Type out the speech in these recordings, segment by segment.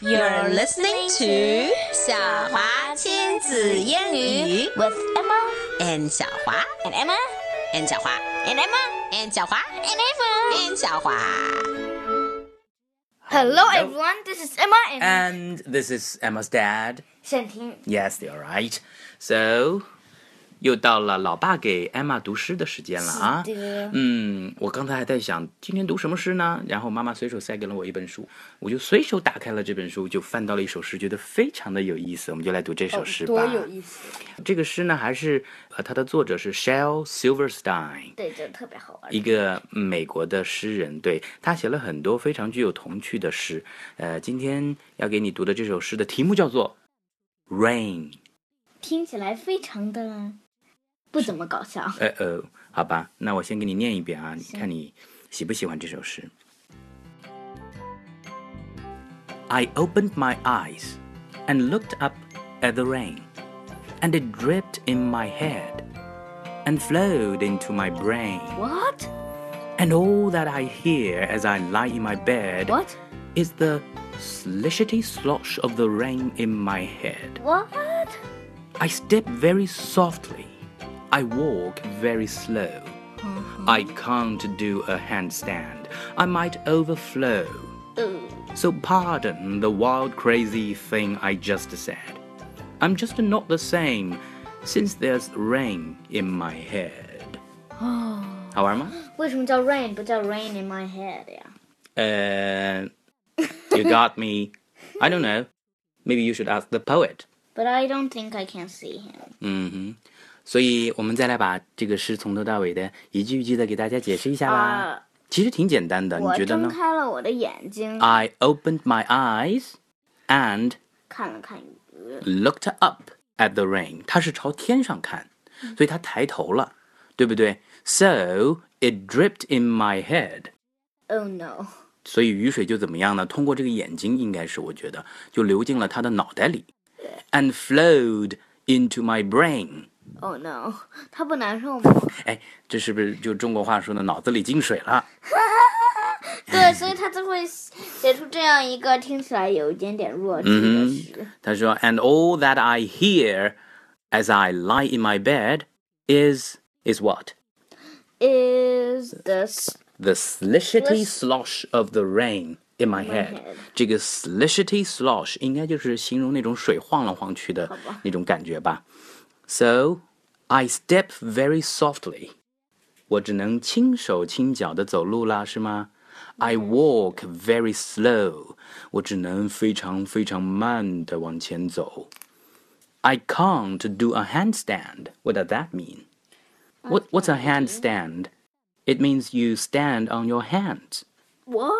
You're listening to 小华亲子英语 with Emma and 小华 and Emma and 小华 and Emma and 小华 and Emma. and 小华。 Hello everyone, this is Emma and And this is Emma's dad. 沈婷。 Yes, they are right. So，又到了老爸给 Emma 读诗的时间了啊。的嗯，我刚才还在想今天读什么诗呢，然后妈妈随手塞给了我一本书，我就随手打开了这本书，就翻到了一首诗，觉得非常的有意思，我们就来读这首诗吧。哦多有意思！这个诗呢，还是呃，它的作者是 Shel Silverstein。对，真的特别好玩。一个美国的诗人，对他写了很多非常具有童趣的诗。呃，今天要给你读的这首诗的题目叫做《Rain》。听起来非常的不怎么搞笑。呃呃，好吧，那我先给你念一遍啊，你看你喜不喜欢这首诗。I opened my eyes and looked up at the rain, and it dripped in my head and flowed into my brain. What? And all that I hear as I lie in my bed What? is the slishety slosh of the rain in my head. What? I step very softly. I walk very slow. I can't do a handstand. I might overflow. So pardon the wild, crazy thing I just said. I'm just not the same since there's rain in my head. 好玩吗？为什么叫 rain 不叫 rain in my head 呀？ Uh, you got me. I don't know. Maybe you should ask the poet. But I don't think I can see him. 嗯哼，所以我们再来把这个诗从头到尾的一句一句的给大家解释一下啦。啊其实挺简单的，你我觉得睁呢开了我的眼睛， ？I opened my eyes and 看了看鱼。 looked up at the rain。它是朝天上看，所以它抬头了，对不对？So it dripped in my head。 Oh no！所以雨水就怎么样呢？通过这个眼睛，应该是我觉得就流进了他的脑袋里，and flowed into my brain。 Oh no，他不难受吗？哎，这是不是就中国话说的脑子里进水了？ 对，所以他就会写出这样一个听起来有一点点弱智的诗。他说，and all that I hear as I lie in my bed is is what Is this the slishety Slish- slosh of the rain in my head head。这个 slishety slosh 应该就是形容那种水晃来晃去的吧那种感觉吧。So I step very softly，我只能轻手轻脚的走路啦，是吗？I walk very slow，我只能非常非常慢的往前走。I can't do a handstand. What does that mean? What what's a handstand? It means you stand on your hands. what？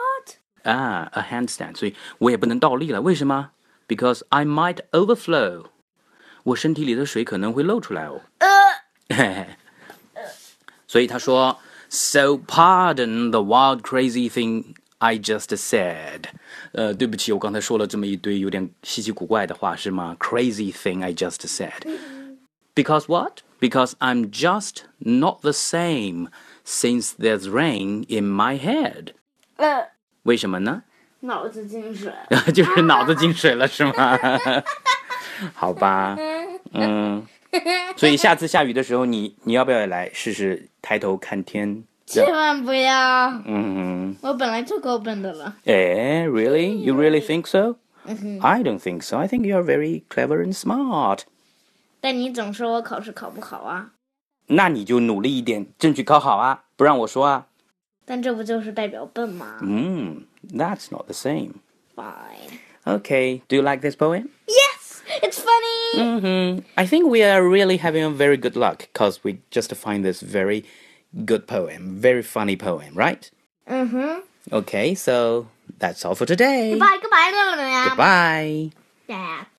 啊，a handstand，所以我也不能倒立了。为什么？Because I might overflow，我身体里的水可能会漏出来哦。呃， 所以他说，So pardon the wild crazy thing I just said。呃，对不起，我刚才说了这么一堆有点稀奇古怪的话，是吗？Crazy thing I just said。Because what? Because I'm just not the same since there's rain in my head。呃，为什么呢？脑子进水。 就是脑子进水了是吗？ 好吧，嗯，所以下次下雨的时候，你你要不要也来试试抬头看天？千万不要！嗯，我本来就够笨的了。哎，really? You really think so? I don't think so. I think you're very clever and smart. 但你总说我考试考不好啊，那你就努力一点，争取考好啊，不让我说啊。但这不就是代表笨吗嗯，That's not the same. ？Fine. Okay, do you like this poem? Yes, it's funny. Mm-hmm. I think we are really having a very good luck because we just find this very good poem, very funny poem, right? 嗯哼， Okay, so that's all for today. Goodbye, goodbye, 亮亮呀 Goodbye. Yeah.